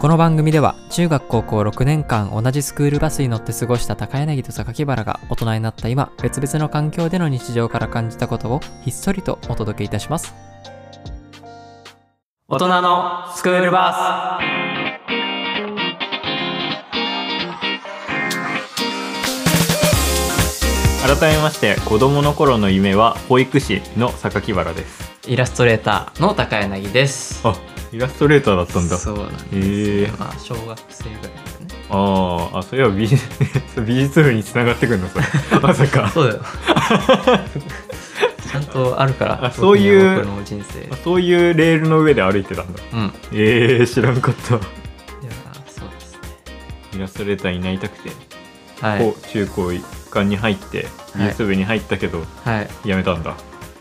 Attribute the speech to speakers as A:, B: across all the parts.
A: この番組では中学高校6年間同じスクールバスに乗って過ごした高柳と榊原が大人になった今別々の環境での日常から感じたことをひっそりとお届けいたします大人のスクールバス
B: 改めまして子供の頃の夢は保育士の榊原です
A: イラストレーターの高柳です
B: あイラストレーターだったんだ
A: そうなんですよ、
B: へえ
A: まあ小学生ぐらいですね
B: あーあそれは美 術美術部に繋がってくるのそれ まさか
A: そうだよ ちゃんとあるから
B: あそういう
A: 僕の人生
B: あそういうレールの上で歩いてたんだ
A: うん
B: ええー、知らんかった
A: ではそうですね
B: イラストレーターになりたくて、
A: は
B: こ
A: いう
B: 中高一貫に入って
A: い
B: 美術部に入ったけど、
A: はい
B: やめたんだ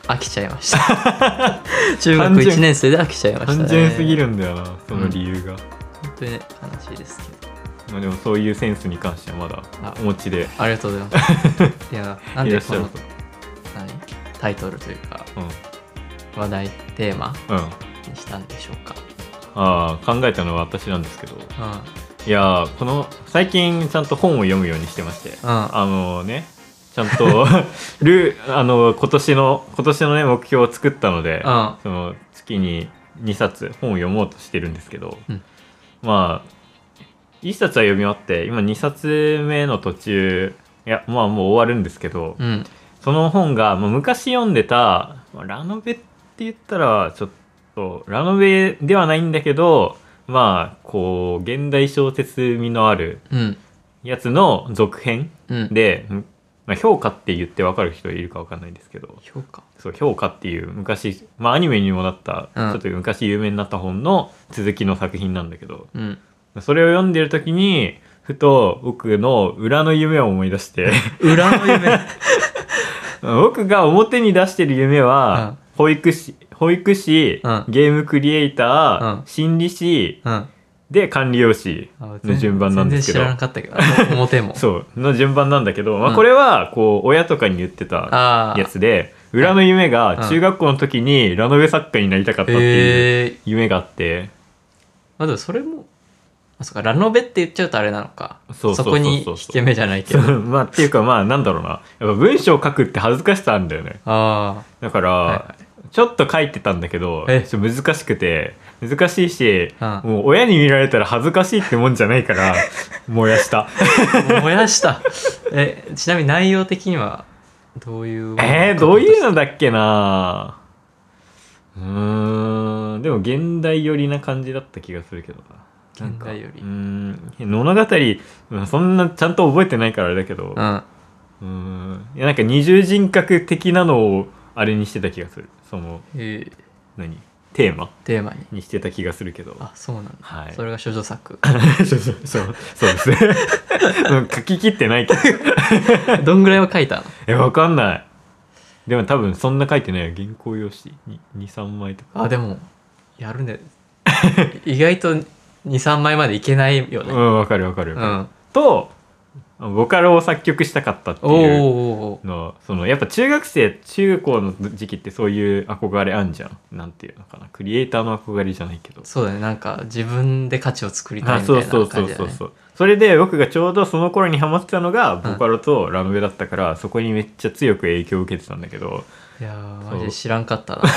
A: 飽きちゃいました 中学1年生で飽きちゃいましたね
B: 単純すぎるんだよなその理由が、
A: 本当にね悲しいですけど
B: まあ、でもそういうセンスに関してはまだ
A: あ
B: お持ちで
A: ありがとうございますい やなん
B: いら
A: で
B: っし
A: こ
B: ゃる
A: の
B: と
A: 何タイトルというか
B: うん
A: 話題テーマ
B: うん
A: にしたんでしょうか
B: ああ考えたのは私なんですけど
A: うん
B: いやーこの最近ちゃんと本を読むようにしてまして、
A: うん
B: あのねちゃんと ルーあの今年の今年のね目標を作ったので、
A: うん
B: その月に2冊本を読もうとしてるんですけど、
A: うん
B: まあ1冊は読み終わって今2冊目の途中いやまあもう終わるんですけど、
A: うん
B: その本が、まあ、昔読んでた、まあラノベって言ったらちょっとラノベではないんだけどまあこう現代小説味のある
A: うん
B: やつの続編
A: うん
B: で、むまあ、評価って言って分かる人いるか分かんないですけど
A: 評価
B: そう評価っていう昔、まあ、アニメにもなった、
A: うん
B: ちょっと昔有名になった本の続きの作品なんだけど
A: うん
B: それを読んでる時にふと僕の裏の夢を思い出して。
A: 裏の夢
B: 僕が表に出してる夢は、保育士保育士、
A: うん
B: ゲームクリエイター、
A: うん
B: 心理師
A: うん
B: で管理用紙
A: あ
B: の順番なんですけど
A: 全然知らなかったけど表も
B: そうの順番なんだけど、ま
A: うん
B: あ、これはこう親とかに言ってた
A: ああ
B: やつで裏の
A: う
B: 夢
A: ん
B: が中学校の時にラノベ作家になりたかったっていう
A: へえ
B: 夢があって、
A: まあでもそれもあそっかラノベって言っちゃうとあれなのか
B: そうそうそう
A: こ
B: そう
A: に引け目じゃないけ
B: そ
A: ど
B: うまあっていうかまあなんだろうなやっぱ文章を書くって恥ずかしさあるんだよね
A: あ
B: だから、
A: あは
B: ちょっと書いてたんだけど
A: え
B: ちょっと難しくて難しいし、
A: うん
B: もう親に見られたら恥ずかしいってもんじゃないから 燃やした
A: いはい燃やしたえちなみに内容的にはどういう
B: えー、どういう
A: の
B: のだっけなうーんでも現代寄りな感じだった気がするけどななん
A: 現
B: か
A: 代寄り
B: うーん物語まあそんなちゃんと覚えてないからあれだけど
A: うん
B: うーんいやなんか二重人格的なのをあれにしてた気がするその
A: えー
B: 何テーマ
A: テーマに
B: にしてた気がするけど
A: あそうなんだ、
B: はい
A: それが処女作
B: そうそうそうそうですね うん書き切ってないけど
A: どんぐらいは書いたの
B: えわかんないでも多分そんな書いてないよ原稿用紙23枚とか
A: あでもやる ね意外と23枚までいけないよ
B: う
A: ね
B: んわかるわかる、
A: うん
B: とボカロを作曲したかったって
A: おー
B: い
A: おー
B: う
A: おー
B: のそのやっぱ中学生中高の時期ってそういう憧れあんじゃんなんていうのかなクリエイターの憧れじゃないけど
A: そうだねなんか自分で価値を作りたいみ
B: あ
A: たい
B: そう
A: な
B: そうそ
A: 感
B: う
A: じだ
B: そ
A: よ
B: う
A: ね
B: そうそれで僕がちょうどその頃にハマってたのがボカロとラノベだったから、そこにめっちゃ強く影響を受けてたんだけど
A: いやー
B: そう
A: マジで知らんかったない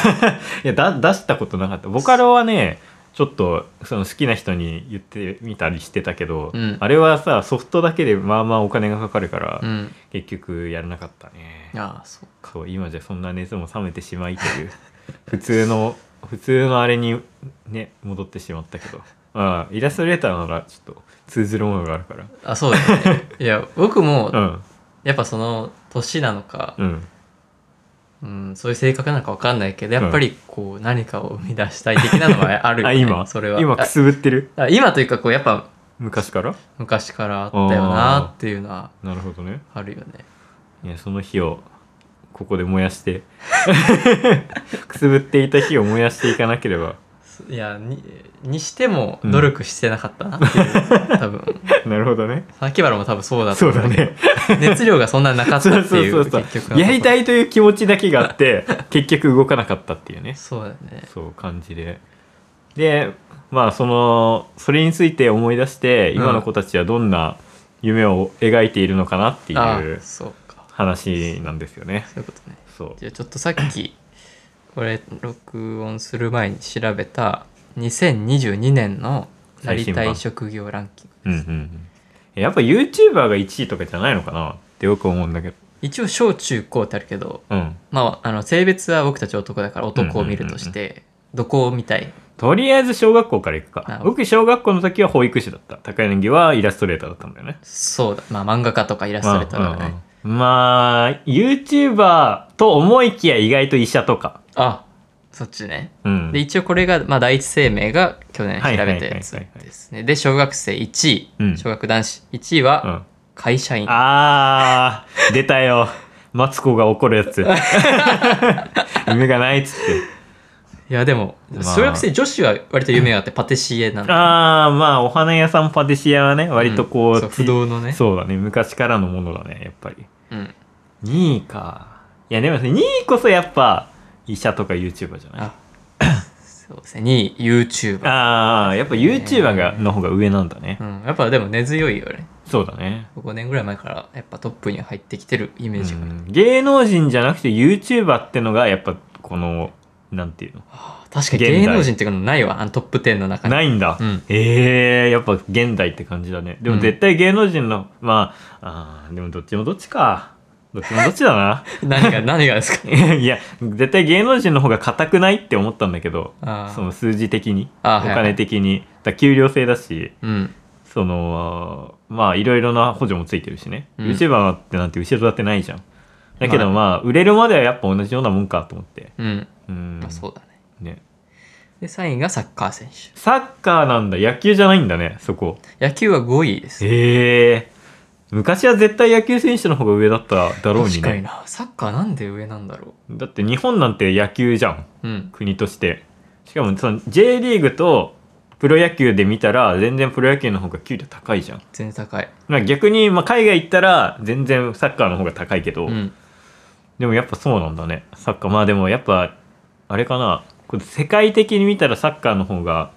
B: やだ出したことなかったボカロはねちょっとその好きな人に言ってみたりしてたけど、
A: うん
B: あれはさソフトだけでまあまあお金がかかるから、
A: うん
B: 結局やらなかったね
A: ああそう
B: そう今じゃそんな熱も冷めてしまいという 普通の普通のあれにね戻ってしまったけどああイラストレーターならちょっと通ずるものがあるから
A: あそうだよねいや僕も
B: うん
A: やっぱその年なのか、
B: うん
A: うん、そういう性格なのか分かんないけどやっぱりこう何かを生み出したい的なのはあるよ、
B: あ
A: ね、
B: 今
A: それは
B: 今くすぶってる
A: あ今というかこうやっぱ
B: 昔から
A: 昔からあったよなっていうのは
B: なるほどね
A: あるよね
B: いやその火をここで燃やしてくすぶっていた火を燃やしていかなければ
A: いやににしても努力してなかったなっていう、多分
B: なるほどね
A: 榊原も多分そうだと
B: そう
A: 思
B: だ
A: う
B: ね
A: 熱量がそんななかった
B: そう
A: って
B: そう
A: い
B: そううそう
A: 結局
B: やり
A: い
B: たいという気持ちだけがあって結局動かなかったっていうね
A: そうだね
B: そう感じででまあそのそれについて思い出して
A: ん
B: 今の子たちはどんな夢を描いているのかなってい
A: あ
B: う
A: あそうか
B: 話なんですよね。
A: そういうことね
B: そう
A: じゃあちょっとさっきこれ録音する前に調べた2022年のなりたい職業ランキング
B: うんうんうん、やっぱ YouTuber が1位とかじゃないのかなってよく思うんだけど、
A: 一応小中高ってあるけど、
B: うん、
A: まあ、あの性別は僕たち男だから男を見るとして、どこを見たい
B: とりあえず小学校から行く
A: なる
B: か
A: ほど
B: 僕小学校の時は保育士だった高柳はイラストレーターだったんだよね
A: そうだまあ漫画家とかイラストレーターだよね、
B: うんうんうんまあ YouTuber と思いきや意外と医者とか、
A: あそっちね
B: うん、
A: で一応これが、まあ、第一生命が去年調べたやつ
B: はいはいはいはいはい
A: ですねで小学生1位、
B: うん
A: 小学男子1位
B: う
A: は
B: ん
A: 会社員、
B: あー出たよ マツコが怒るやつ 夢がないっつ って
A: いやでも、
B: まあ
A: 小学生女子は割と夢があってパティシエなんだ
B: ああまあお花屋さんパティシエはね割とこう,、
A: んそ不動のね
B: そうだね昔からのものだねやっぱり
A: うん
B: 2位かいやでも2位こそやっぱ医者とか YouTuber じゃない
A: あそうですね2位 YouTuber、
B: ああやっぱ YouTuber がの方が上なんだね
A: うん、やっぱでも根強いよね
B: そうだね
A: 5年ぐらい前からやっぱトップに入ってきてるイメージがある、
B: うん芸能人じゃなくて YouTuber ってのがやっぱこのなんていうの
A: あ確かに芸能人っていうのないわあのトップ10の中に
B: ないんだ、
A: うん
B: ええやっぱ現代って感じだねで
A: う
B: も
A: ん
B: 絶対芸能人の、まああーでもどっちもどっちかどっちもどっちだ な
A: 何が何がです か
B: いや絶対芸能人の方が固くないって思ったんだけど
A: あ
B: そ
A: あ
B: の数字的にお
A: あはいはい
B: 金的にだから給料制だし
A: うん
B: そのまあいろいろな補助もついてるしね、
A: うん
B: YouTuber ってなんて後ろ盾ないじゃんだけど
A: まあ
B: まあ売れるまではやっぱ同じようなもんかと思って
A: うん、
B: うん
A: まあ、そうだね
B: ね
A: で3位がサッカー選手
B: サッカーなんだ野球じゃないんだねそこ
A: 野球は5位です
B: へえ昔は絶対野球選手の方が上だっただろうに
A: 確かに
B: ね
A: なサッカーなんで上なんだろ
B: だって日本なんて野球じゃん
A: ううん
B: 国としてしかもその J リーグとプロ野球で見たら全然プロ野球の方が給料高いじゃん
A: 全然高い
B: まあ逆にまあ海外行ったら全然サッカーの方が高いけど、
A: うん
B: でもやっぱそうなんだねサッカーまあでもやっぱあれかなこれ世界的に見たらサッカーの方が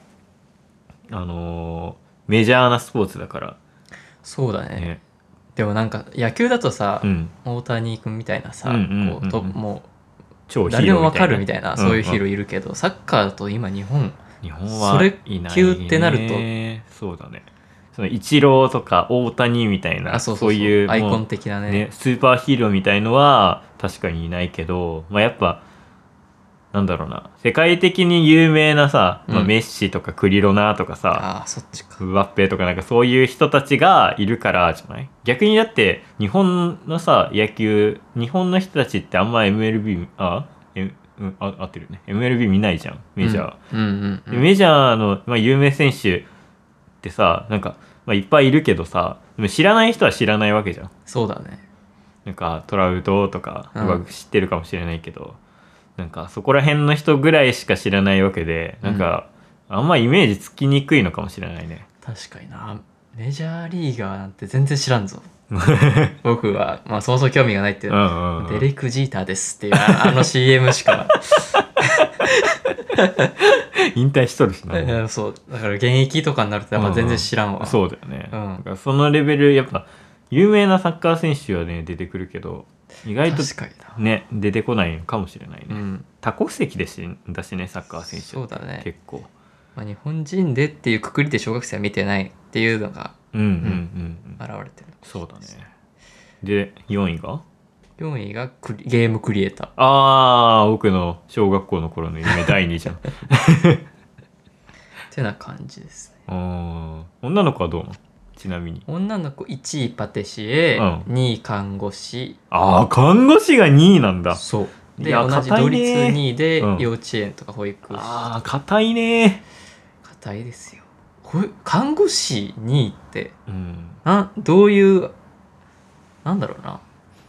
B: あのーメジャーなスポーツだか
A: そうだ
B: ら
A: ね
B: ね
A: でもなんか野球だとさ、
B: うん
A: 大谷君みたいなさ、
B: うんうんうんうん
A: こうとも
B: 超
A: う
B: ヒーロー
A: 誰でもわかるみたいな、
B: ん
A: そういうヒーローいるけど、サッカーだと今日本
B: 日本は
A: それ
B: いない、ね、
A: 級ってなると
B: そうだねそのイチローとか大谷みたいな
A: あそうそうそう
B: いう
A: アイコ
B: も
A: ン的な
B: う
A: ね
B: ねスーパーヒーローみたいのは確かにいないけど、まあ、やっぱなんだろうな世界的に有名なさ、まあ、
A: うん
B: メッシとかクリロナとかさ、
A: ああそっちか
B: ブワッペとかなんかそういう人たちがいるからじゃない逆にだって日本のさ野球日本の人たちってあんま MLB あ、えうん、あ合ってるよね MLB 見ないじゃんメジャー。
A: うんうんうん、うん、
B: メジャーの、まあ、有名選手ってさなんか、まあ、いっぱいいるけどさでも知らない人は知らないわけじゃん
A: そうだね
B: なんかトラウトとか
A: うん
B: 僕は知ってるかもしれないけど、なんかそこら辺の人ぐらいしか知らないわけでなんか、あんまイメージつきにくいのかもしれないね
A: 確かになメジャーリーガーなんて全然知ら んぞ僕は、まあ、そもそも興味がないって、
B: うんうんう
A: デ
B: ん
A: レク・ジーターですっていうああの CM し か
B: 引退しとるしな、
A: うんそうだから現役とかになるとやっぱ全然知らんわ、
B: そうだよね、
A: うん
B: だからそのレベルやっぱ有名なサッカー選手はね出てくるけど意外と
A: 確かにな
B: ね出てこないのかもしれないね、
A: うん
B: 多国籍でしだしねサッカー選手
A: そうだね
B: 結構
A: まあ、日本人でっていうくくりで小学生は見てないっていうのが
B: うんうんうんうん、
A: 現れてる
B: そうだねで4位が
A: 4位がクリゲームクリエイター
B: あー僕の小学校の頃の 夢第2じゃん
A: ってな感じですね
B: あー女の子はどうなのちなみに
A: 女の子1位パティシエ、
B: うん
A: 2位看護師
B: ああ看護師が2位なんだ
A: そう
B: い
A: で
B: や
A: 同じ
B: 硬い
A: 同
B: ね
A: 率2位で
B: うん
A: 幼稚園とか保育士
B: ああ硬いね
A: 硬いですよこういう看護師2位って
B: うん
A: なんどういうなんだろうな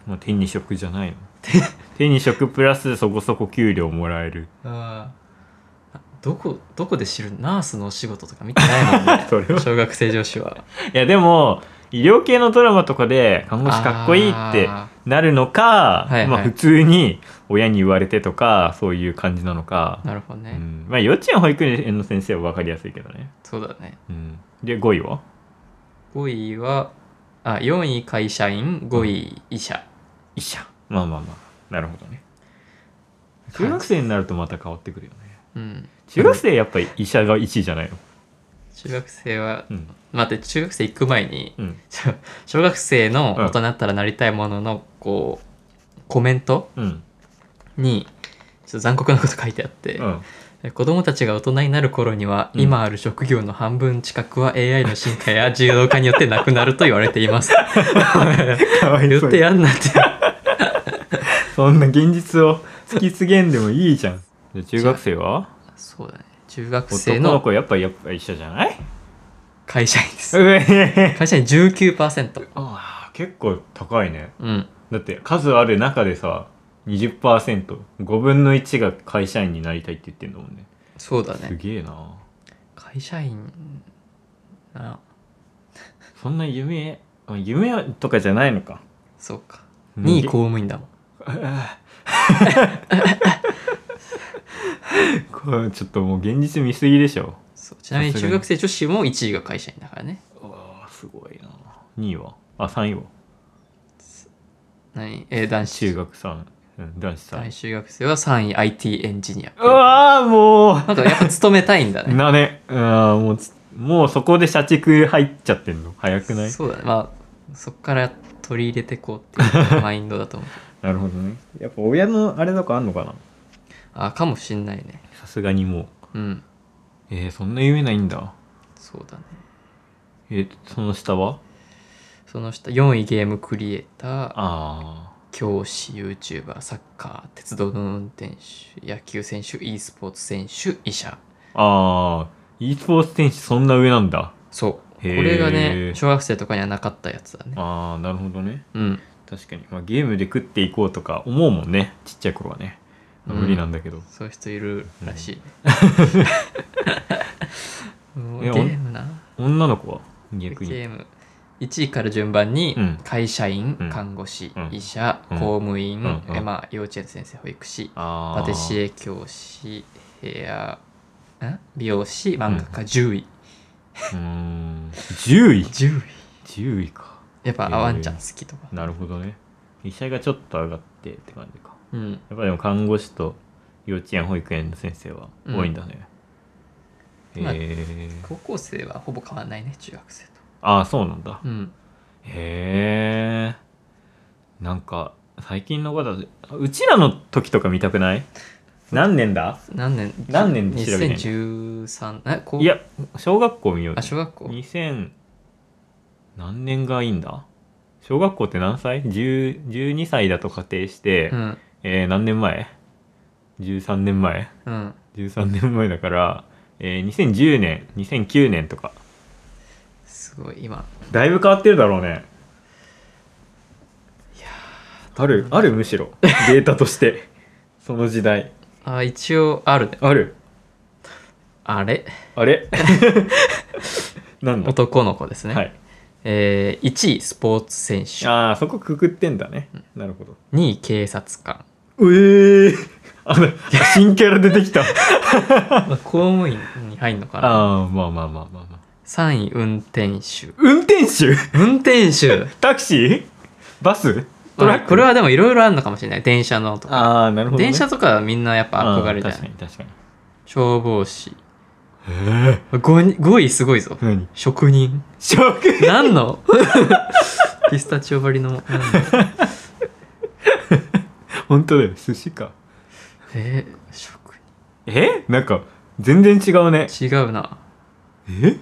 B: もう手に職じゃないの 手に職プラスそこそこ給料もらえる
A: あーどこどこで知るナースのお仕事とか見てないも んね
B: それはい
A: 小学生女子はい
B: やでも医療系のドラマとかで看護師かっこいいって
A: あ
B: なるのか、
A: はいはい
B: まあ、普通にお親に言われてとかそういう感じなのか、
A: なるほどね、
B: うん、まあ幼稚園保育園の先生は分かりやすいけどね、
A: そうだね
B: うん、で5位は
A: 5位はあ4位会社員5位医者、
B: 医者まあまあまあなるほどね中学生になるとまた変わってくるよね
A: うん、
B: 中学生やっぱり医者が1位じゃないの
A: 中学生は
B: うん
A: 待って中学生行く前に
B: うん
A: 小小学生の
B: うん
A: 大人だったらなりたいもののこうコメント
B: うん
A: にちょっと残酷なこと書いてあって、
B: うん
A: 子供たちが大人になる頃には、
B: うん
A: 今ある職業の半分近くは AI の進化や自動化によってなくなると言われてい ます
B: かわい
A: 言
B: そ
A: っ
B: う
A: て
B: に
A: やんなって
B: そんな現実を突きつげんでもいいじゃんじゃあ中学生は
A: そうだね中学生
B: 男の
A: の
B: 子やっぱやっぱ医者じゃ ない
A: 会社員です
B: うえ
A: 会社員19%
B: あー結構高いね
A: うん
B: だって数ある中でさ 20%5 分の1が会社員になりたいって言ってんだもんね
A: そうだ
B: す
A: ね
B: げえな
A: 会社員あ
B: そんな夢あ夢とかじゃないのか
A: そうか
B: うん
A: 2位公務員だもん
B: これちょっともう現実見すぎでしょ
A: そうちなみに
B: さすが
A: 中
B: に
A: 学生女子も1位が会社員だからね
B: あすごいな2位はあ3位は
A: 何えー男子
B: 中学3、うん、男子
A: 男
B: 3
A: 子中学生は3位 IT エンジニア
B: うわーも
A: なんかやっぱ勤めたいんだ
B: う
A: ね
B: なねうんもうつもうそこで社畜入っちゃってんの早くない
A: そうだねまあそこから取り入れてこうって いうマインドだと思う
B: なるほどねやっぱ親のあれとかあんのかな
A: あかもしんないね
B: さすがにもう
A: うん
B: えー、そんな夢ないんだ
A: そうだね
B: えー、その下は
A: その下4位ゲームクリエイター
B: あ
A: 教師 YouTuber サッカー鉄道の運転手野球選手 e スポーツ選手医者
B: あああ e スポーツ選手そんな上なんだ
A: そうこ
B: へー
A: れがね小学生とかにはなかったやつだね
B: ああなるほどね
A: うん
B: 確かに、まあ、ゲームで食っていこうとか思うもんねちっちゃい頃はね
A: うん
B: 無理なんだけど、
A: そういう人いるらしい、 もうゲ
B: いやおん
A: ームな
B: 女の子は
A: ゲ
B: 逆に
A: ーム1位から順番に
B: うん
A: 会社員、
B: うん
A: 看護師、
B: うん
A: 医者、
B: うん
A: 公務員、
B: うんうん
A: えまあ、幼稚園先生保育士
B: あ
A: パティシ
B: エ
A: エ教師ヘアん美容師漫画家10位、
B: うーん10位
A: 10位
B: 10位か
A: やっぱ、
B: へー
A: ワンちゃん好きとか
B: なるほどね医者がちょっと上がってって感じか
A: うん
B: やっぱでも看護師と幼稚園保育園の先生は多いんだね、
A: うんまあ
B: えー
A: 高校生はほぼ変わんないね中学生と
B: ああそうなんだ
A: うん
B: へえんか最近の方うちらの時とか見たくない何年だ
A: 何年
B: 何年で調べてんの
A: ?2013 え高
B: いや小学校見よう
A: あ小学校
B: 2000何年がいいんだ小学校って何歳10 ?12 歳だと仮定して、
A: うん
B: えー何年前 ?13 年前
A: うん
B: 13年前だから、えー2010年2009年とか
A: すごい今
B: だいぶ変わってるだろうねあるあるむしろデータとして その時代
A: あ一応あるね
B: ある
A: あれ
B: あれ なんだ
A: 男の子ですね、
B: はい
A: えー1位スポーツ選手
B: ああそこくくってんだね、なるほど
A: 2位警察官
B: うえー、あの新キャラ出てきた
A: まあ公務員に入んのかな
B: あーまあまあまあまあまあ
A: 3位運転手
B: 運転手
A: 運転手
B: タクシーバス トラ
A: ま
B: ッ
A: あ
B: ク
A: これはでもいろいろあるのかもしれない電車のとか、
B: ああなるほど、ね、
A: 電車とかはみんなやっぱ憧れ
B: あ
A: じ
B: ー
A: ゃな
B: 確か
A: い
B: に確かに
A: 消防士
B: え
A: 5, 5位すごいぞ
B: え何
A: 職人
B: 職員
A: 何のピスタチオ張りの何の
B: 本当だよ寿司か
A: えー、職
B: えなんか全然違うね
A: 人違うな
B: え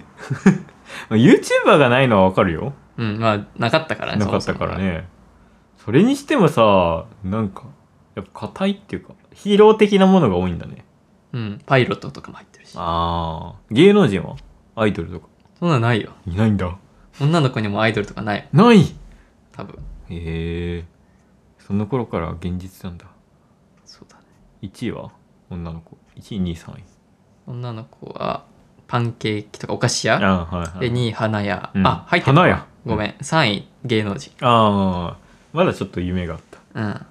B: まあ ?YouTuber がないのはわかるよ
A: うんまあなかったからね
B: なかっ
A: そ
B: た
A: もそも
B: からねそれにしてもさなんかやっぱ硬いっていうかヒーロー的なものが多いんだね
A: うんパイロットとかも入ってるし
B: ああ芸能人はアイドルとか
A: そんなのないよ
B: いないんだ
A: 女の子にもアイドルとかない
B: ないへ
A: 多分
B: えその頃から現実なんだ
A: そうだね
B: 1位は女の子1位2位3位
A: 女の子はパンケーキとかお菓子屋
B: あーはいはい
A: で2位花屋、
B: うん
A: あ入ってる
B: 花屋
A: ごめん3位芸能人
B: ああまだちょっと夢があった
A: うん
B: あ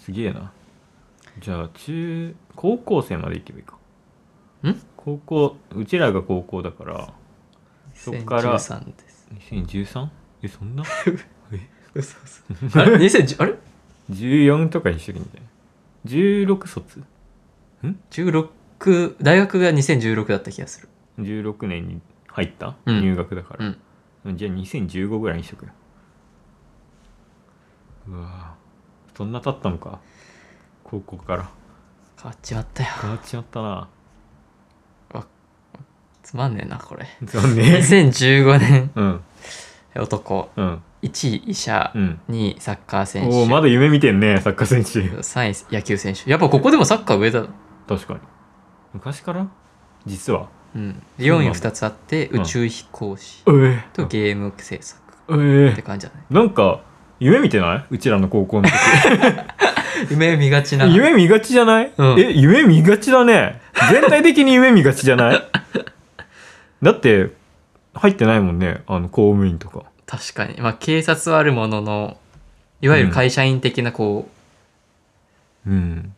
B: ーすげえなじゃあ中高校生まで行けばいいか
A: ん
B: 高校うちらが高校だからそっから
A: 2013です
B: 2013? えそんな
A: 嘘嘘あれ2010あれ
B: 14とかにしてるんじゃない16卒
A: 16大学が2016だった気がする
B: 16年に入った、
A: うん
B: 入学だから、
A: ん
B: じゃあ2015ぐらいにしとくようわぁそんな経ったのか高校から
A: 変わっちまったよ
B: 変わっちまったな
A: つまんねえなこれ
B: 残念
A: 2015年
B: うん
A: 男
B: うん
A: 1位医者
B: うん
A: 2位サッカー選手
B: おおまだ夢見てんねサッカー選手
A: 3位野球選手やっぱここでもサッカー上だ
B: 確かに昔から実は
A: うん
B: うなんだ
A: 4位2つあって
B: うん
A: 宇宙飛行士
B: ええ
A: とゲーム制作
B: え
A: って感じじゃない
B: なんか夢見てないうちらの高校の時
A: 夢見がちな
B: 夢見がちじゃない、
A: うん
B: え夢見がちだね全体的に夢見がちじゃないだって入ってないもんねあの公務員とか
A: 確かにまあ警察はあるもののいわゆる会社員的なこう、
B: うん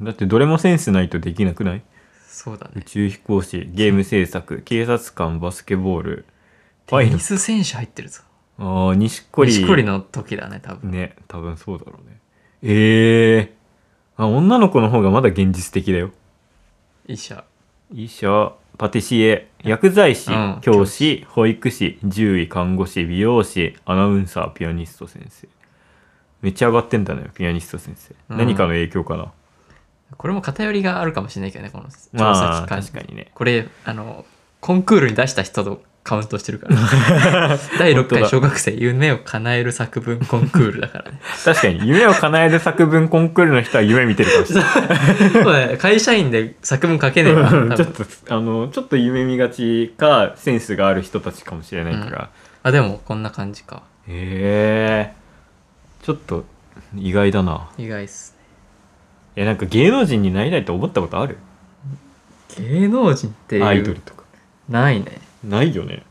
B: だってどれもセンスないとできなくない
A: そうだ
B: 宇
A: ね
B: 宙飛行士ゲーム制作警察官バスケボールパイ
A: テ
B: の
A: ニス選手入ってるぞ
B: あー錦織
A: 錦織の時だね多分
B: ね多分そうだろうねええあ女の子の方がまだ現実的だよ
A: 医者
B: 医者パティシエ薬剤師、
A: うん
B: 教師保育士獣医看護師美容師アナウンサーピアニスト先生めっちゃ上がってんだねピアニスト先生、
A: うん
B: 何かの影響かな
A: これも偏りがあるかもしれないけどねこの調査
B: まあ
A: 機関
B: 確かにね
A: これあのコンクールに出した人とカウントしてるから 第6
B: 本当
A: 回
B: だ
A: 小学生夢を叶える作文コンクールだ からね
B: 確かに夢を叶える作文コンクールの人は夢見てるかもし れない
A: そうだね会社員で作文書けねえから多
B: うん
A: 分
B: ちょっとあのちょっと夢見がちかセンスがある人たちかもしれないから、
A: あでもこんな感じか
B: へえちょっと意外だな
A: 意外っすね
B: えなんか芸能人になりたいと思ったことある
A: 芸能人っていう
B: アイドルとか
A: ないね
B: ないよね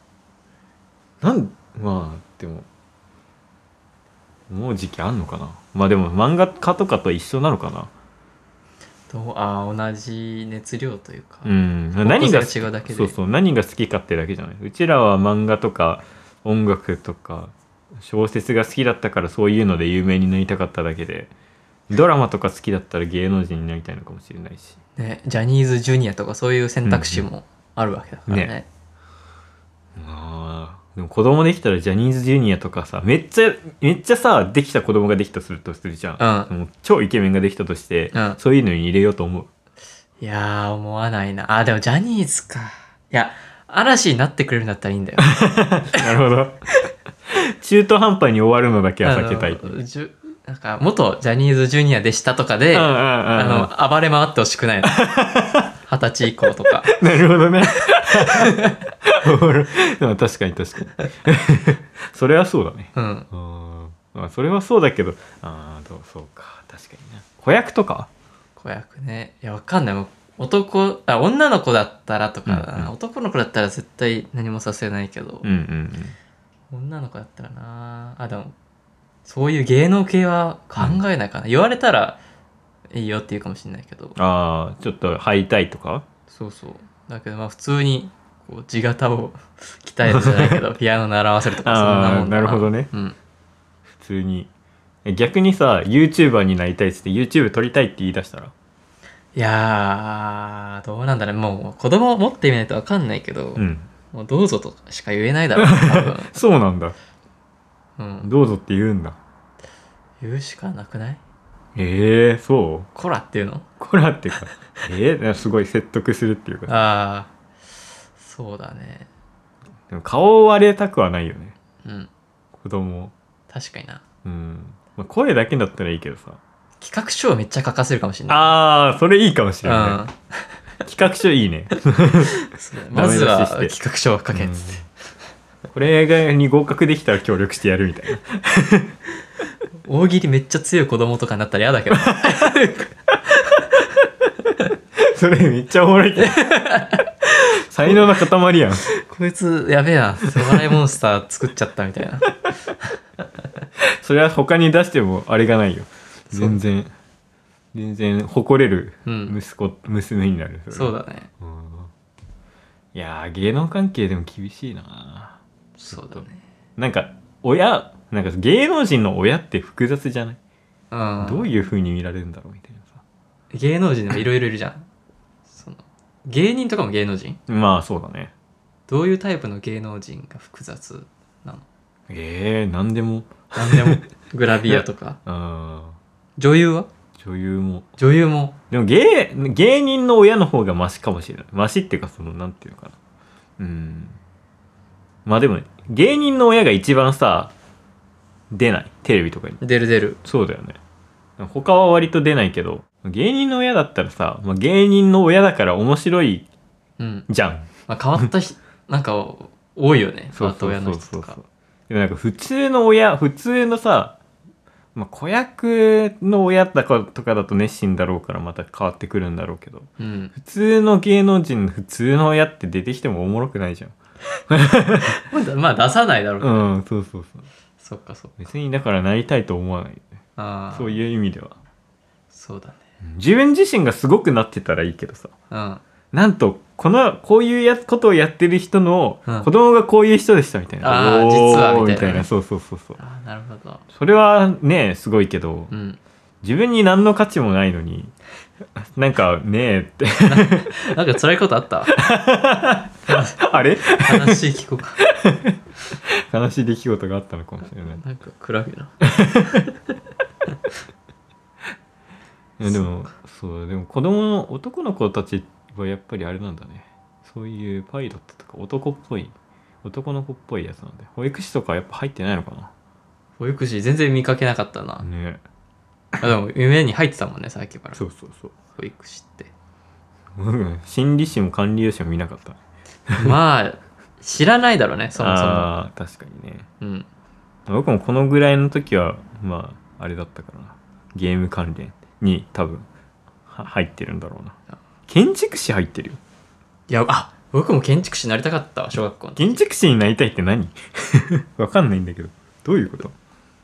B: なんまあでももう時期あんのかなまあでも漫画家とかと一緒なのかな
A: どうあー同じ熱量というか、
B: うん
A: 方向性
B: 何が好き
A: 違うだけで
B: そうそう何が好きかってだけじゃないうちらは漫画とか音楽とか小説が好きだったからそういうので有名になりたかっただけでドラマとか好きだったら芸能人になりたいのかもしれないし
A: ね、ジャニーズジュニアとかそういう選択肢もあるわけだからね,、
B: ねあーでも子供できたらジャニーズジュニアとかさめっちゃめっちゃさできた子供ができたとするとするじゃん、
A: う
B: もう超イケメンができたとして、
A: うん
B: そういうのに入れようと思う
A: いやー思わないなあーでもジャニーズかいや嵐になってくれるんだったらいいんだよ
B: なるほど中途半端に終わるのだけは避けたい
A: あのじゅなんか元ジャニーズジュニアでしたとかで、あの
B: あ
A: 暴れ回ってほしく ないの二十歳以降とか
B: なるほどねおもろいでも確かに確かにそれはそうだね
A: うん
B: うんまあそれはそうだけどああそうか確かにな子役とか
A: 子役ねいやわかんないもう男あ女の子だったらとかだな、
B: うんうん
A: 男の子だったら絶対何もさせないけど
B: う、んうんうん
A: 女の子だったらなあでもそういう芸能系は考えないかな、言われたらいいよって言うかもしれないけど
B: ああちょっと入りたいとか
A: そうそうだけどまあ普通にこう地型を 鍛えるじゃない けどピアノ習わせるとかそんなもんだ
B: あーなるほどね
A: うん
B: 普通にえ逆にさ YouTuber になりたいっつって YouTube 撮りたいって言い出したら
A: いやーどうなんだろうもう子供を持ってみないとわかんないけど、
B: うん
A: もうどうぞとかしか言えないだろうな多分、
B: そうなんだ
A: うん、
B: どうぞって言うんだ
A: 言うしかなくない
B: ええそう
A: こらっていうの
B: こらってか ええすごい説得するっていうか
A: ああそうだね
B: でも顔を割れたくはないよね
A: うん
B: 子供
A: 確かにな
B: うん、まあ、声だけだったらいいけどさ
A: 企画書をめっちゃ書かせるかもしれない
B: あーそれいいかもしれ
A: う
B: なんい企画書いい ね
A: そうだねまずは
B: ダメ出しして
A: 企画書を書けっつって、
B: うんこれがに合格できたら協力してやるみたいな
A: 大喜利めっちゃ強い子供とかになったら嫌だけど
B: それめっちゃおもろい けど才能の塊やん
A: こいつやべえなお笑いモンスター作っちゃったみたい な
B: それは他に出してもあれがないよ全然全然誇れる
A: うん
B: 息子、娘になる
A: そう
B: だ
A: だね
B: いやー芸能関係でも厳しいな
A: そうだね
B: なんか親なんか芸能人の親って複雑じゃない
A: うん
B: どういう風に見られるんだろうみたいなさ
A: 芸能人でもいろいろいるじゃんその芸人とかも芸能人
B: まあそうだね
A: どういうタイプの芸能人が複雑なの
B: えー、何でも
A: 何でも グラビアとか
B: あ
A: 女優は
B: ー女優も
A: 女優も
B: でも芸芸人の親の方がマシかもしれないマシっていうかそのなんていうのかなうんまあでもね芸人の親が一番さ出ないテレビとかに
A: 出る出る
B: そうだよね他は割と出ないけど芸人の親だったらさ、まあ、芸人の親だから面白い
A: うん、
B: じゃん
A: まあ、変わった ひなんか多いよね
B: そう
A: 後
B: そう
A: 親
B: そ
A: の
B: う
A: 人
B: そ
A: と
B: う
A: か
B: でもなんか普通の親普通のさ、まあ、子役の親とかとかだと熱心だろうからまた変わってくるんだろうけど
A: うん
B: 普通の芸能人の普通の親って出てきてもおもろくないじゃん
A: まあまあ出さないだろうけど、
B: うんそうそうそう
A: そっかそっか
B: 別にだからなりたいと思わないよね
A: ああ
B: そういう意味では
A: そうだね
B: 自分自身がすごくなってたらいいけどさ
A: うん
B: なんとこのこういうやことをやってる人の
A: うん
B: 子供がこういう人でしたみたいな、
A: あー
B: おー
A: 実はみたいな
B: そうそうそうそう
A: ああなるほど
B: それはねすごいけど、
A: うん
B: 自分に何の価値もないのになんかねえって
A: なんか辛いことあった
B: あれ
A: 話聞こうか
B: 悲しい出来事があったのかもしれない
A: なんか暗いない
B: やでもそうでも子供の男の子たちはやっぱりあれなんだねそういうパイロットとか男っぽい男の子っぽいやつなんで保育士とかやっぱ入ってないのか
A: 保育士全然見かけなかったな
B: なね
A: あでも夢に入ってたもんねさっきから
B: そうそうそう
A: 保育士って
B: うん心理師も管理栄養士も見なかった
A: まあ知らないだろうねそもそも
B: あー確かにね
A: うん
B: 僕もこのぐらいの時はまああれだったからなゲーム関連に多分は入ってるんだろうな建築士入ってるよ
A: いやあ僕も建築士になりたかったわ小学校の時
B: 建築士になりたいって何 わかんないんだけどどういうこと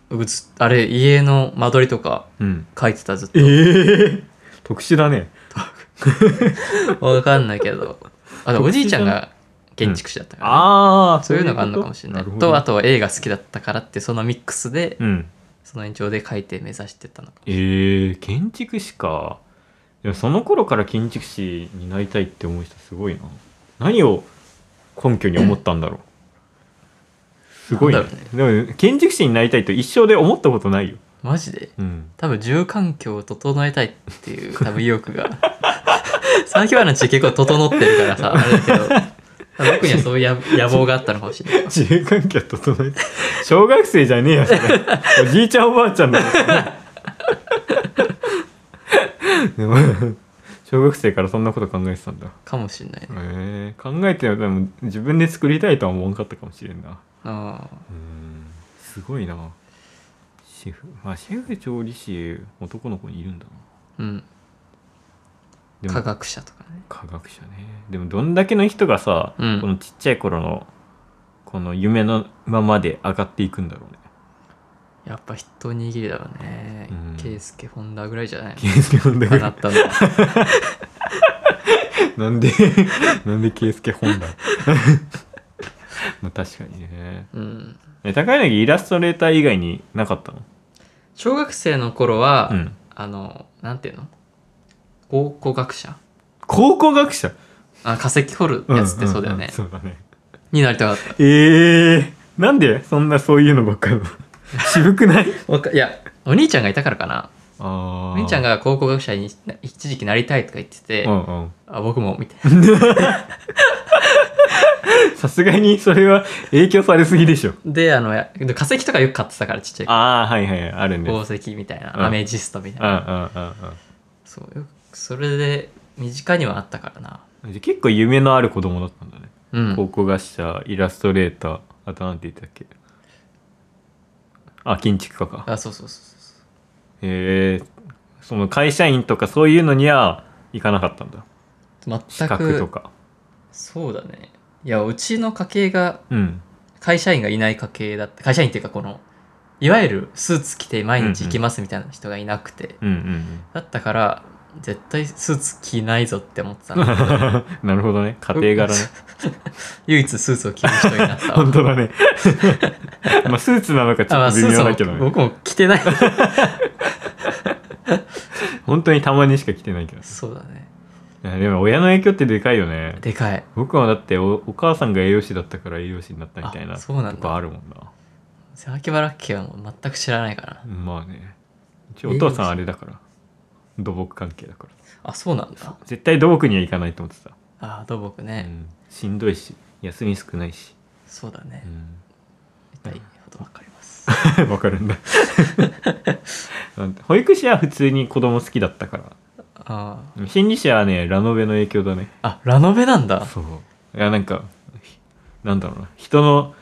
A: 僕ずあれ家の間取りとか
B: うん
A: 書いてたずっと
B: ええ特殊だね
A: わかんないけどあと おじいちゃんが建築士だったから、
B: ああ
A: そういうのがあるのかもしれないとあとは映画好きだったからってそのミックスで、
B: うん
A: その延長で書いて目指してたのか
B: ええ建築士かでもその頃から建築士になりたいって思う人すごいな何を根拠に思ったんだろうすごいね
A: なんだ
B: でも建築士になりたいと一生で思ったことないよ
A: マジで
B: うん
A: 多分住環境を整えたいっていう多分意欲が サーキュアの地結構整ってるからさあれだけど多分僕にはそういう野野望があったのかもしれない
B: 自由環境整えて小学生じゃねえやそれおじいちゃんおばあちゃんだでも小学生からそんなこと考えてたんだ
A: かもしれないね
B: えー、考えてでも自分で作りたいとは思わんかったかもしれんな
A: あ
B: うんすごいなシェフまあシェフ調理師男の子にいるんだ
A: ーうん
B: なで
A: 科
B: も
A: 学者とかね
B: 科学者ねでもどんだけの人がさ、
A: うん
B: このちっちゃい頃のこの夢のままで上がっていくんだろうね
A: やっぱ一握りだろうね
B: うん
A: 圭介本田ぐらいじゃない
B: 圭介本田
A: のか
B: が
A: なったのは
B: なんで なんで圭介本田 まあ確かにね
A: うん
B: え高柳イラストレーター以外になかったの
A: 小学生の頃は、
B: うん
A: あのなんていうの考古学者
B: 考古学者
A: あ化石掘るやつってそうだよね、
B: んんんそうだね
A: になりたかっ
B: ええなんでそんなそういうの ばっかり渋くない
A: たわかいやお兄ちゃんがいたからかな
B: ああ
A: お兄ちゃん
B: が
A: が考古学者にな一時期なりたいとか言ってて、
B: うんうん
A: あ僕もみたいな
B: さすがにそれは影響されすぎでしょ
A: であのや化石とかよく買ってたからちっちゃい頃
B: ああはいはいあるねうんうんうん
A: 宝石みたいな、
B: うん
A: アメジストみたいな、
B: う
A: そうよくそれで身近にはあったからなん
B: じゃあ結構夢のある子供だったんだね、
A: うん
B: 考古学者イラストレーターあとなんて言ったっけあ建築家か
A: あそうそうそうそ
B: へえその会社員とかそういうのには行かなかったんだ
A: う
B: 資
A: 全
B: 格
A: く
B: とか
A: そうだねいやうちの家系が
B: うん
A: 会社員がいない家系だった会社員っていうかこのいわゆるスーツ着て毎日行きますみたいな人がいなくて、
B: う んうん
A: だったから絶対スーツ着ないぞって思ってた
B: うん
A: だけど
B: なるほどね家 庭柄ね
A: 唯一スーツを着る人になったわ
B: 本当 だねまあスーツなの かち
A: あ
B: ょ
A: ま
B: っ
A: あ
B: と
A: ス
B: 微
A: ーツ
B: 妙だけど
A: も
B: ね
A: 僕も着てない
B: 本当にたまにしか着てないけど
A: そうだね
B: いやでも親の影響ってでかいよね
A: でかい
B: 僕はだっておお母さんが栄養士だったから栄養士になったみたいな
A: あそうなんだ
B: とこあるもんな
A: 秋葉原家はもう全く知らないから
B: まあね一応お父さんあれだから土木関係だから
A: あそうなんだ
B: 絶対土木には行かないと思ってた、
A: あ土木
B: う
A: ね、
B: ん、しんどいし休み少ないし、
A: そうだね
B: う、ん、
A: 痛いことわかります
B: わかるんだ なんて保育士は普通に子供好きだったか
A: あ
B: ら心理士はねラノベの影響だね
A: ーあラノベなんだ
B: そういやなんかひなんだろうな人の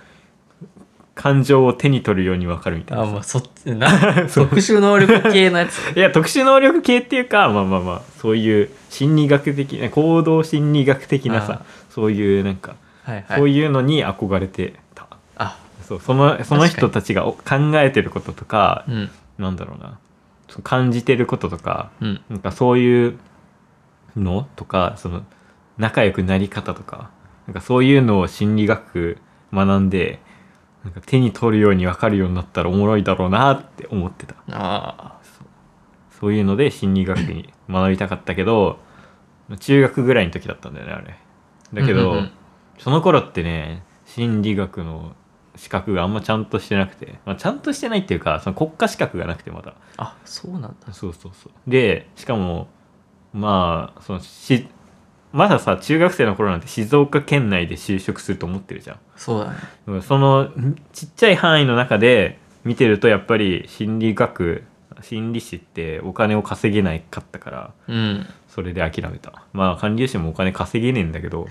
B: 感情を手に取るようにわかるみたい
A: あ
B: な
A: まあそっち な特殊能力系のやつ
B: いや特殊能力系っていうかまあまあまあそういう心理学的な行動心理学的なさそういうなんか、
A: はいはい
B: そういうのに憧れてた
A: あ
B: そうそのその人
A: 確
B: たちがお考えてることとか
A: う、ん
B: なんだろうなそう感じてることとか
A: うん
B: なんかそういうのとかその仲良くなり方とかなんかそういうのを心理学学んでなんか手に取るように分かるようになったらおもろいだろうなって思ってた。
A: あ
B: そうそういうので心理学に学びたかったけど中学ぐらいの時だったんだよねあれだけど、
A: うんうんうん
B: その頃ってね心理学の資格があんまちゃんとしてなくて、まあ、ちゃんとしてないっていうかその国家資格がなくてま
A: ー
B: だ
A: あそうなんだ
B: そうそうそうでしかもまあそのしまださ中学生の頃なんて静岡県内で就職すると思ってるじゃん
A: そうだね
B: そのちっちゃい範囲の中で見てるとやっぱり心理学心理師ってお金を稼げないかったから
A: うん
B: それで諦めたまあ管理栄士もお金稼げねえんだけど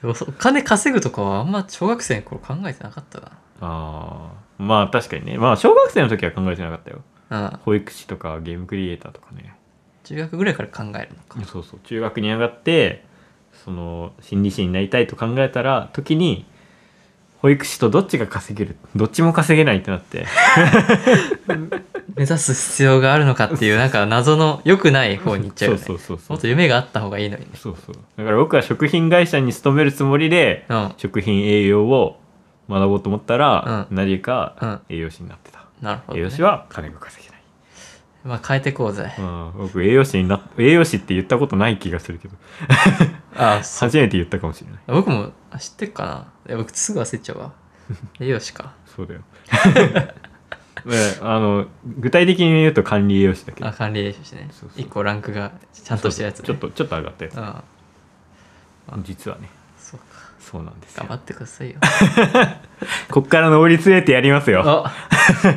A: でもそお金稼ぐとかはあんま小学生の頃考えてなかった
B: あーまあ確かにねまあ小学生の時は考えてなかったよ
A: なうん
B: 保育士とかゲームクリエイターとかね
A: 中学ぐらいから考えるのか
B: そうそう中学に上がってその心理師になりたいと考えたら時に保育士とどっちが稼げるどっちも稼げないってなって
A: 目指す必要があるのかっていうなんか謎の良くない方に行っちゃうよね
B: そうそうそうそう
A: もっと夢があった方がいいのにね
B: そうそうだから僕は食品会社に勤めるつもりで
A: うん
B: 食品栄養を学ぼうと思ったら、
A: う
B: 何か栄養士になってた、
A: なるほど、
B: 栄
A: ね
B: 養士は金が稼げない、
A: まあ変えてこうぜ
B: うん、僕栄養士にな栄養士って言ったことない気がするけど
A: あ あそう
B: 初めて言ったかもしれない
A: 僕もあ知ってっかないや僕すぐ忘れちゃう わ栄養士か
B: そうだよ ねあの具体的に言うと管理栄養士だけど
A: あ管理栄養士ね
B: そうそう
A: 一個ランクがちゃんとしてるやつ、ね、
B: そうそうちょっとちょっと上がったやつ、
A: あ
B: 実はね
A: そうか
B: そうなんですよ
A: 頑張ってくださいよ
B: こっから上り詰めてやりますよ
A: あ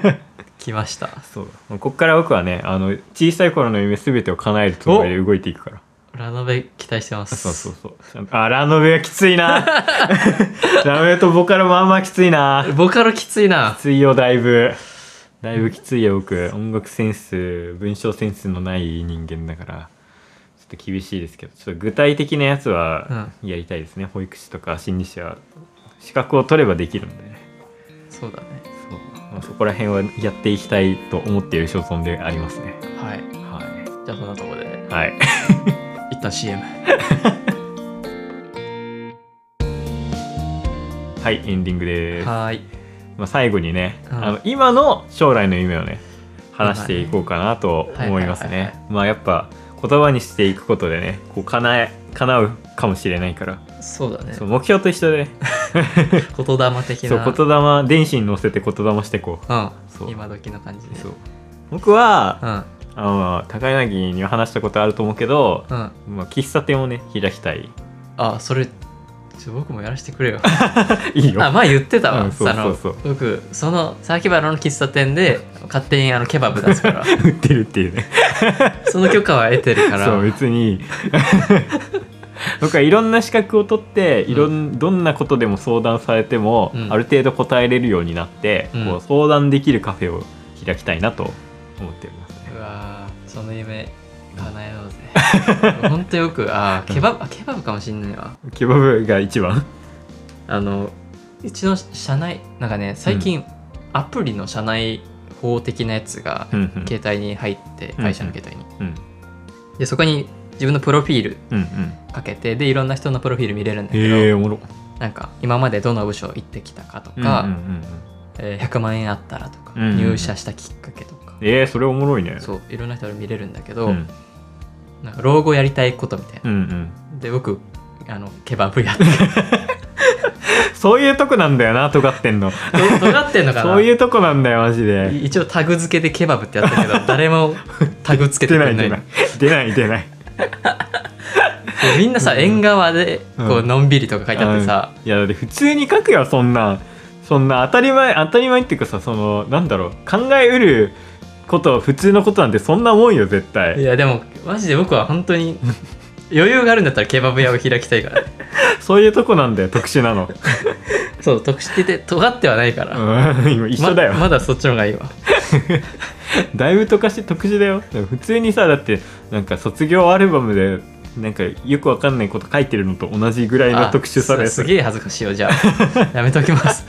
A: 来ました
B: そうだこっから僕はねあの小さい頃の夢全てを叶えるつもりで動いていくから
A: ラノベ期待してます
B: そうそうそうあラノベはきつ いなラノベとボカロもあんまきついな
A: ボカロきつい
B: き
A: な
B: ついよだいぶだいぶきついよ僕音楽センス文章センスのない人間だからちょっと厳しいですけどちょっと具体的なやつはやりたいですね、保育士とか心理師は資格を取ればできるんでね
A: そうだね
B: そう、まあ、そこら辺はやっていきたいと思っている所存でありますね
A: はい
B: は
A: じゃあこんなとこで
B: い、はい
A: 一旦 CM
B: はい、エンディングです。
A: はーい
B: まあ、最後にね、
A: うん
B: あの今の将来の夢をね、話していこうかなと思います
A: はいはいはい
B: ね。まあやっぱ言葉にしていくことでね、こう叶え叶うかもしれないから、
A: そうだね
B: そう目標と一 緒で、ね、
A: 言霊的
B: そ
A: な
B: う言霊電子に乗せて言霊してこ
A: うん
B: そう
A: 今時の感じ
B: う。
A: で
B: そう僕は、
A: うん
B: あの高柳には話したことあると思うけど、
A: うん
B: まあ喫茶店をね開きたい。
A: あそれちょ僕もやらせてくれよ
B: いいよ。
A: あ前言ってたわ、
B: うんそう
A: あの
B: そう
A: 僕その榊原の喫茶店で勝手にあのケバブ出すから
B: 売ってるっていうね。
A: その許可は得てるから
B: そう別に僕はいろんな資格を取っていろん、どんなことでも相談されても、
A: うん
B: ある程度答えれるようになって、
A: うん
B: こう相談できるカフェを開きたいなと思っておりますね
A: うわーその夢叶えようぜ ほんとよくあーケバブあケバブかもしんないわ
B: ケバブが一番
A: あの一度社内なんかね最近アプリの社内法的なやつが
B: うんうん
A: 携帯に入って
B: うん
A: 会社の携帯に
B: うん
A: でそこに自分のプロフィール
B: うんうん
A: かけてでいろんな人のプロフィール見れるんだけど、
B: へえおもろ
A: なんか今までどの部署行ってきたかと
B: うん
A: か、
B: うんうんうん
A: えー100万円あったらとか、
B: うんうんうん
A: 入社したきっかけとか、
B: ええそれおもろいね
A: そういろんな人が見れるんだけど、
B: うん
A: なんか老後やりたいことみたい
B: うんうん
A: なで僕あのケバブやって
B: そういうとこなんだよな尖ってんの
A: どどうなってんのかな
B: そういうとこなんだよマジで
A: い一応タグ付けでケバブってやったけ ど誰もタグ付け
B: 出
A: てく
B: な
A: れ
B: い
A: な
B: 出
A: い
B: ない出ない出ない
A: でみんなさ縁側でこう
B: うん
A: のんびりとか書いてあってさ、
B: うんいやだって普通に書くよそんなんそんな当たり前当たり前っていうかさそのなんだろう考えうること普通のことなんてそんなもんよ絶
A: い
B: 対
A: やでもマジで僕は本当 に余裕があるんだったらケバブ屋を開きたいから、
B: そういうとこなんだよ特殊 なの、
A: そう特殊ってて尖ってはないから、
B: うん、今一緒だよ、
A: ままだそっちの方がいいわ
B: だいぶとかして特殊だよでも普通にさだってなんか卒業アルバムでなんかよくわかんないこと書いてるのと同じぐらいの特殊さ
A: あ
B: です
A: すげえ恥ずかしいよじゃ あやめときます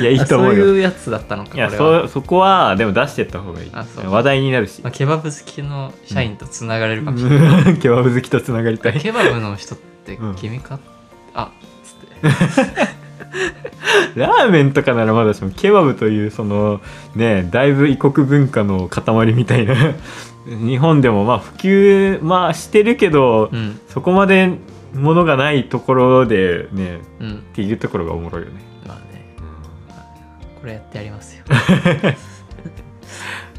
B: いやいいと思
A: あ
B: う
A: そう
B: よ
A: いうやつだったのか
B: いや
A: これは
B: そそこはでも出してった方がいい
A: あそう
B: 話題になるし
A: まあ、ケバブ好きの社員とつながれるかもしれない、
B: ケバブ好きとつながりたい
A: ケバブの人って
B: うん
A: 君か、あつって
B: ラーメンとかならまだしもケバブというそのねだいぶ異国文化の塊みたいな 日本でもまあ普及まあしてるけど、
A: うん
B: そこまでものがないところでね
A: うん
B: っていうところがおもろいよね、
A: まあねこれやってやりますよ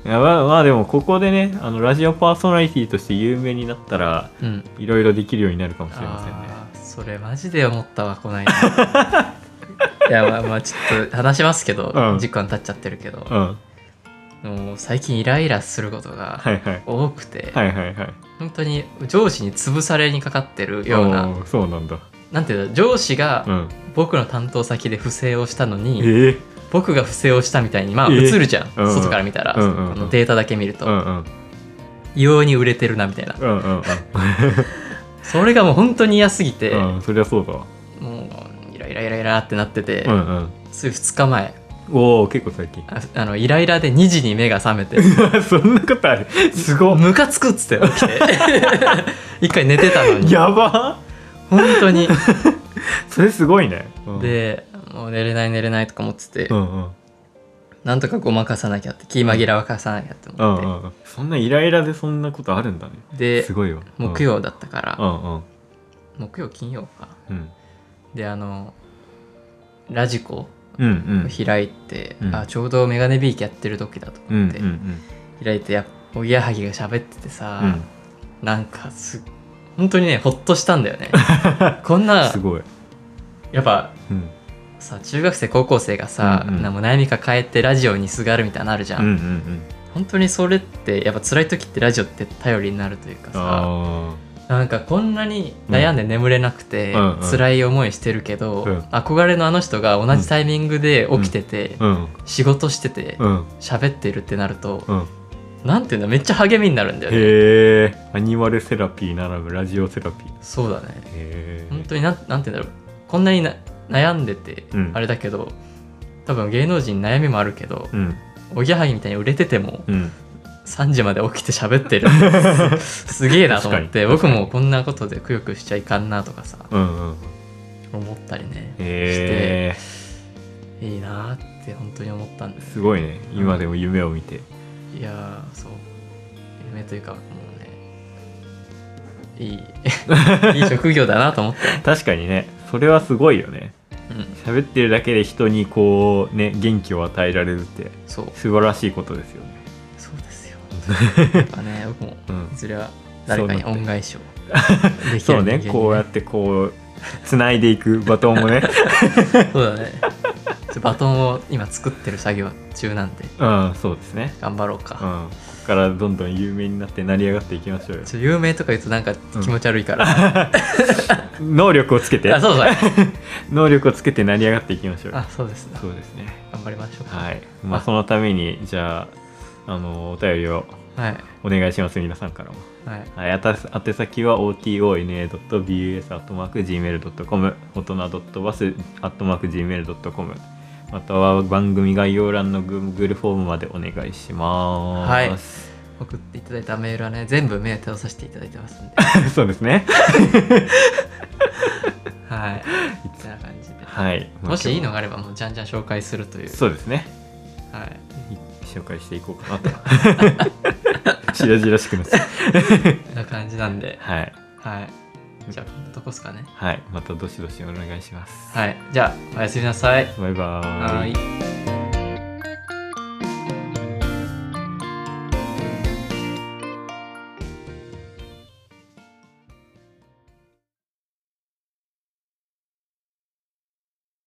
B: いやまあ、まあでもここでねあのラジオパーソナリティとして有名になったら
A: うん
B: いろいろできるようになるかもしれませんね
A: あーそれマジで思ったわこない だいやまあまあちょっと話しますけど、
B: うん
A: 時間経っちゃってるけど
B: う、ん
A: もう最近イライラすることが
B: はいはい
A: 多くて、
B: はいはいはい
A: 本当に上司に潰されにかかってるような、
B: おーそうなんだ
A: なんていうの上司が
B: うん
A: 僕の担当先で不正をしたの
B: え
A: に、
B: ー、
A: 僕が不正をしたみたいにまあ
B: え
A: 映
B: ー
A: るじゃん、
B: うんうん
A: 外から見たら、
B: うんうんうん
A: あのデータだけ見ると、
B: うんうん
A: 異様に売れてるなみたいな
B: うん うん
A: それがもう本当に嫌すぎて、
B: うんうんそりゃそうだわ
A: もうイライライライラってなってて、
B: うんうん
A: つい2日前
B: おお結構最近
A: ああのイライラで2時に目が覚めて
B: そんなことあるすごっ
A: ムカつくっつって起き て一回寝てたのに
B: やば
A: 本当に
B: それすごいね、うん、
A: でもう寝れない寝れないとか思ってて、
B: うんうん
A: なんとかごまかさなきゃって気紛らわかさなきゃって
B: う
A: 思
B: ん
A: って、
B: うんそんなイライラでそんなことあるんだね
A: です
B: ごいよ
A: 木曜だったから、
B: うんうん
A: 木曜金曜か
B: うん
A: であのラジコ
B: うんうん
A: 開いて、
B: うん
A: あちょうどメガネビーキやってる時だと
B: うんう
A: 思
B: ん
A: って、開いてやおぎやはぎが喋っててさ、
B: うん
A: なんかす本当にねほっとしたんだ よねこんな
B: すごい、
A: やっぱ
B: うん、
A: さ中学生高校生がさ、
B: うんうん
A: なんか悩み抱えてラジオにすがるみたいなのあるじゃ、
B: うんんうんうん
A: 本当にそれってやっぱ辛い時ってラジオって頼りになるというかさ
B: あ
A: なんかこんなに悩んで眠れなくて、
B: うんうんうん
A: 辛い思いしてるけど、
B: うん
A: 憧れのあの人が同じタイミングで起きてて、
B: あうん
A: 仕事してて
B: うん
A: 喋ってるってなると、
B: うん
A: なんていうんだめっちゃ励みになるんだよね
B: へえアニマルセラピーならぶラジオセラピー
A: そうだね
B: へえ
A: 本当になんなんていうんだろうこんなにな悩んでて、
B: うん
A: あれだけど多分芸能人悩みもあるけど、
B: うん
A: おぎやはぎみたいに売れてても
B: うん
A: 3時まで起きて喋って るすすげえなと思って
B: 確
A: 僕
B: かに
A: もこんなことでくよくよしちゃいかんなとかさ
B: うんうん
A: 思ったりね
B: へえ
A: いいなーって本当に思ったんです
B: すごいね今でも夢を見 て
A: いやーそう夢というかもうねい いいい職業だなと思って、
B: 確かにねそれはすごいよね
A: うん、
B: 喋ってるだけで人にこうね元気を与えられるって
A: そう
B: 素晴らしいことですよね
A: そうですよ。やっぱ ね、僕も
B: うん
A: いずれは誰かに
B: そうなって
A: 恩返しをできる
B: そう
A: 人
B: ね
A: 間に
B: こうやってこうつないでいく バトンもね
A: そうだね。ちょバトンを今作ってる作業中なんで
B: うんそうですね
A: 頑張ろう
B: う
A: か。
B: んここからどんどん有名になって成り上がっていきましょうよ
A: ちょ有名とか言うとなんか気持ち悪いから。
B: 能力をつけて
A: あ、そうそう。
B: 能力をつけて成り上がっていきましょうよ
A: あ、そうですね。
B: そうですね
A: 頑張りましょう。
B: はいまあ
A: あ
B: そのためにじゃああのお便りを
A: はい
B: お願いします皆さんからも
A: はい
B: はい、あた宛先は otona.bus.gmail.com 大人 .bus.gmail.com または番組概要欄の Google フォームまでお願いします。
A: 送っていただいたメールはね全部目当てをさせていただいてますんで
B: はい、そうですね。
A: はいってな感じで
B: はい。
A: もしいいのがあればもうじゃんじゃん紹介するという
B: そうですね。
A: はい
B: 紹介していこうかなと。 しらじらしくなっちゃう
A: な感じなんで
B: はい。
A: はいじゃあこんなとこっすかね
B: はい。またどしどしお願いします。
A: はいじゃあおやすみなさい
B: バイバー
A: はい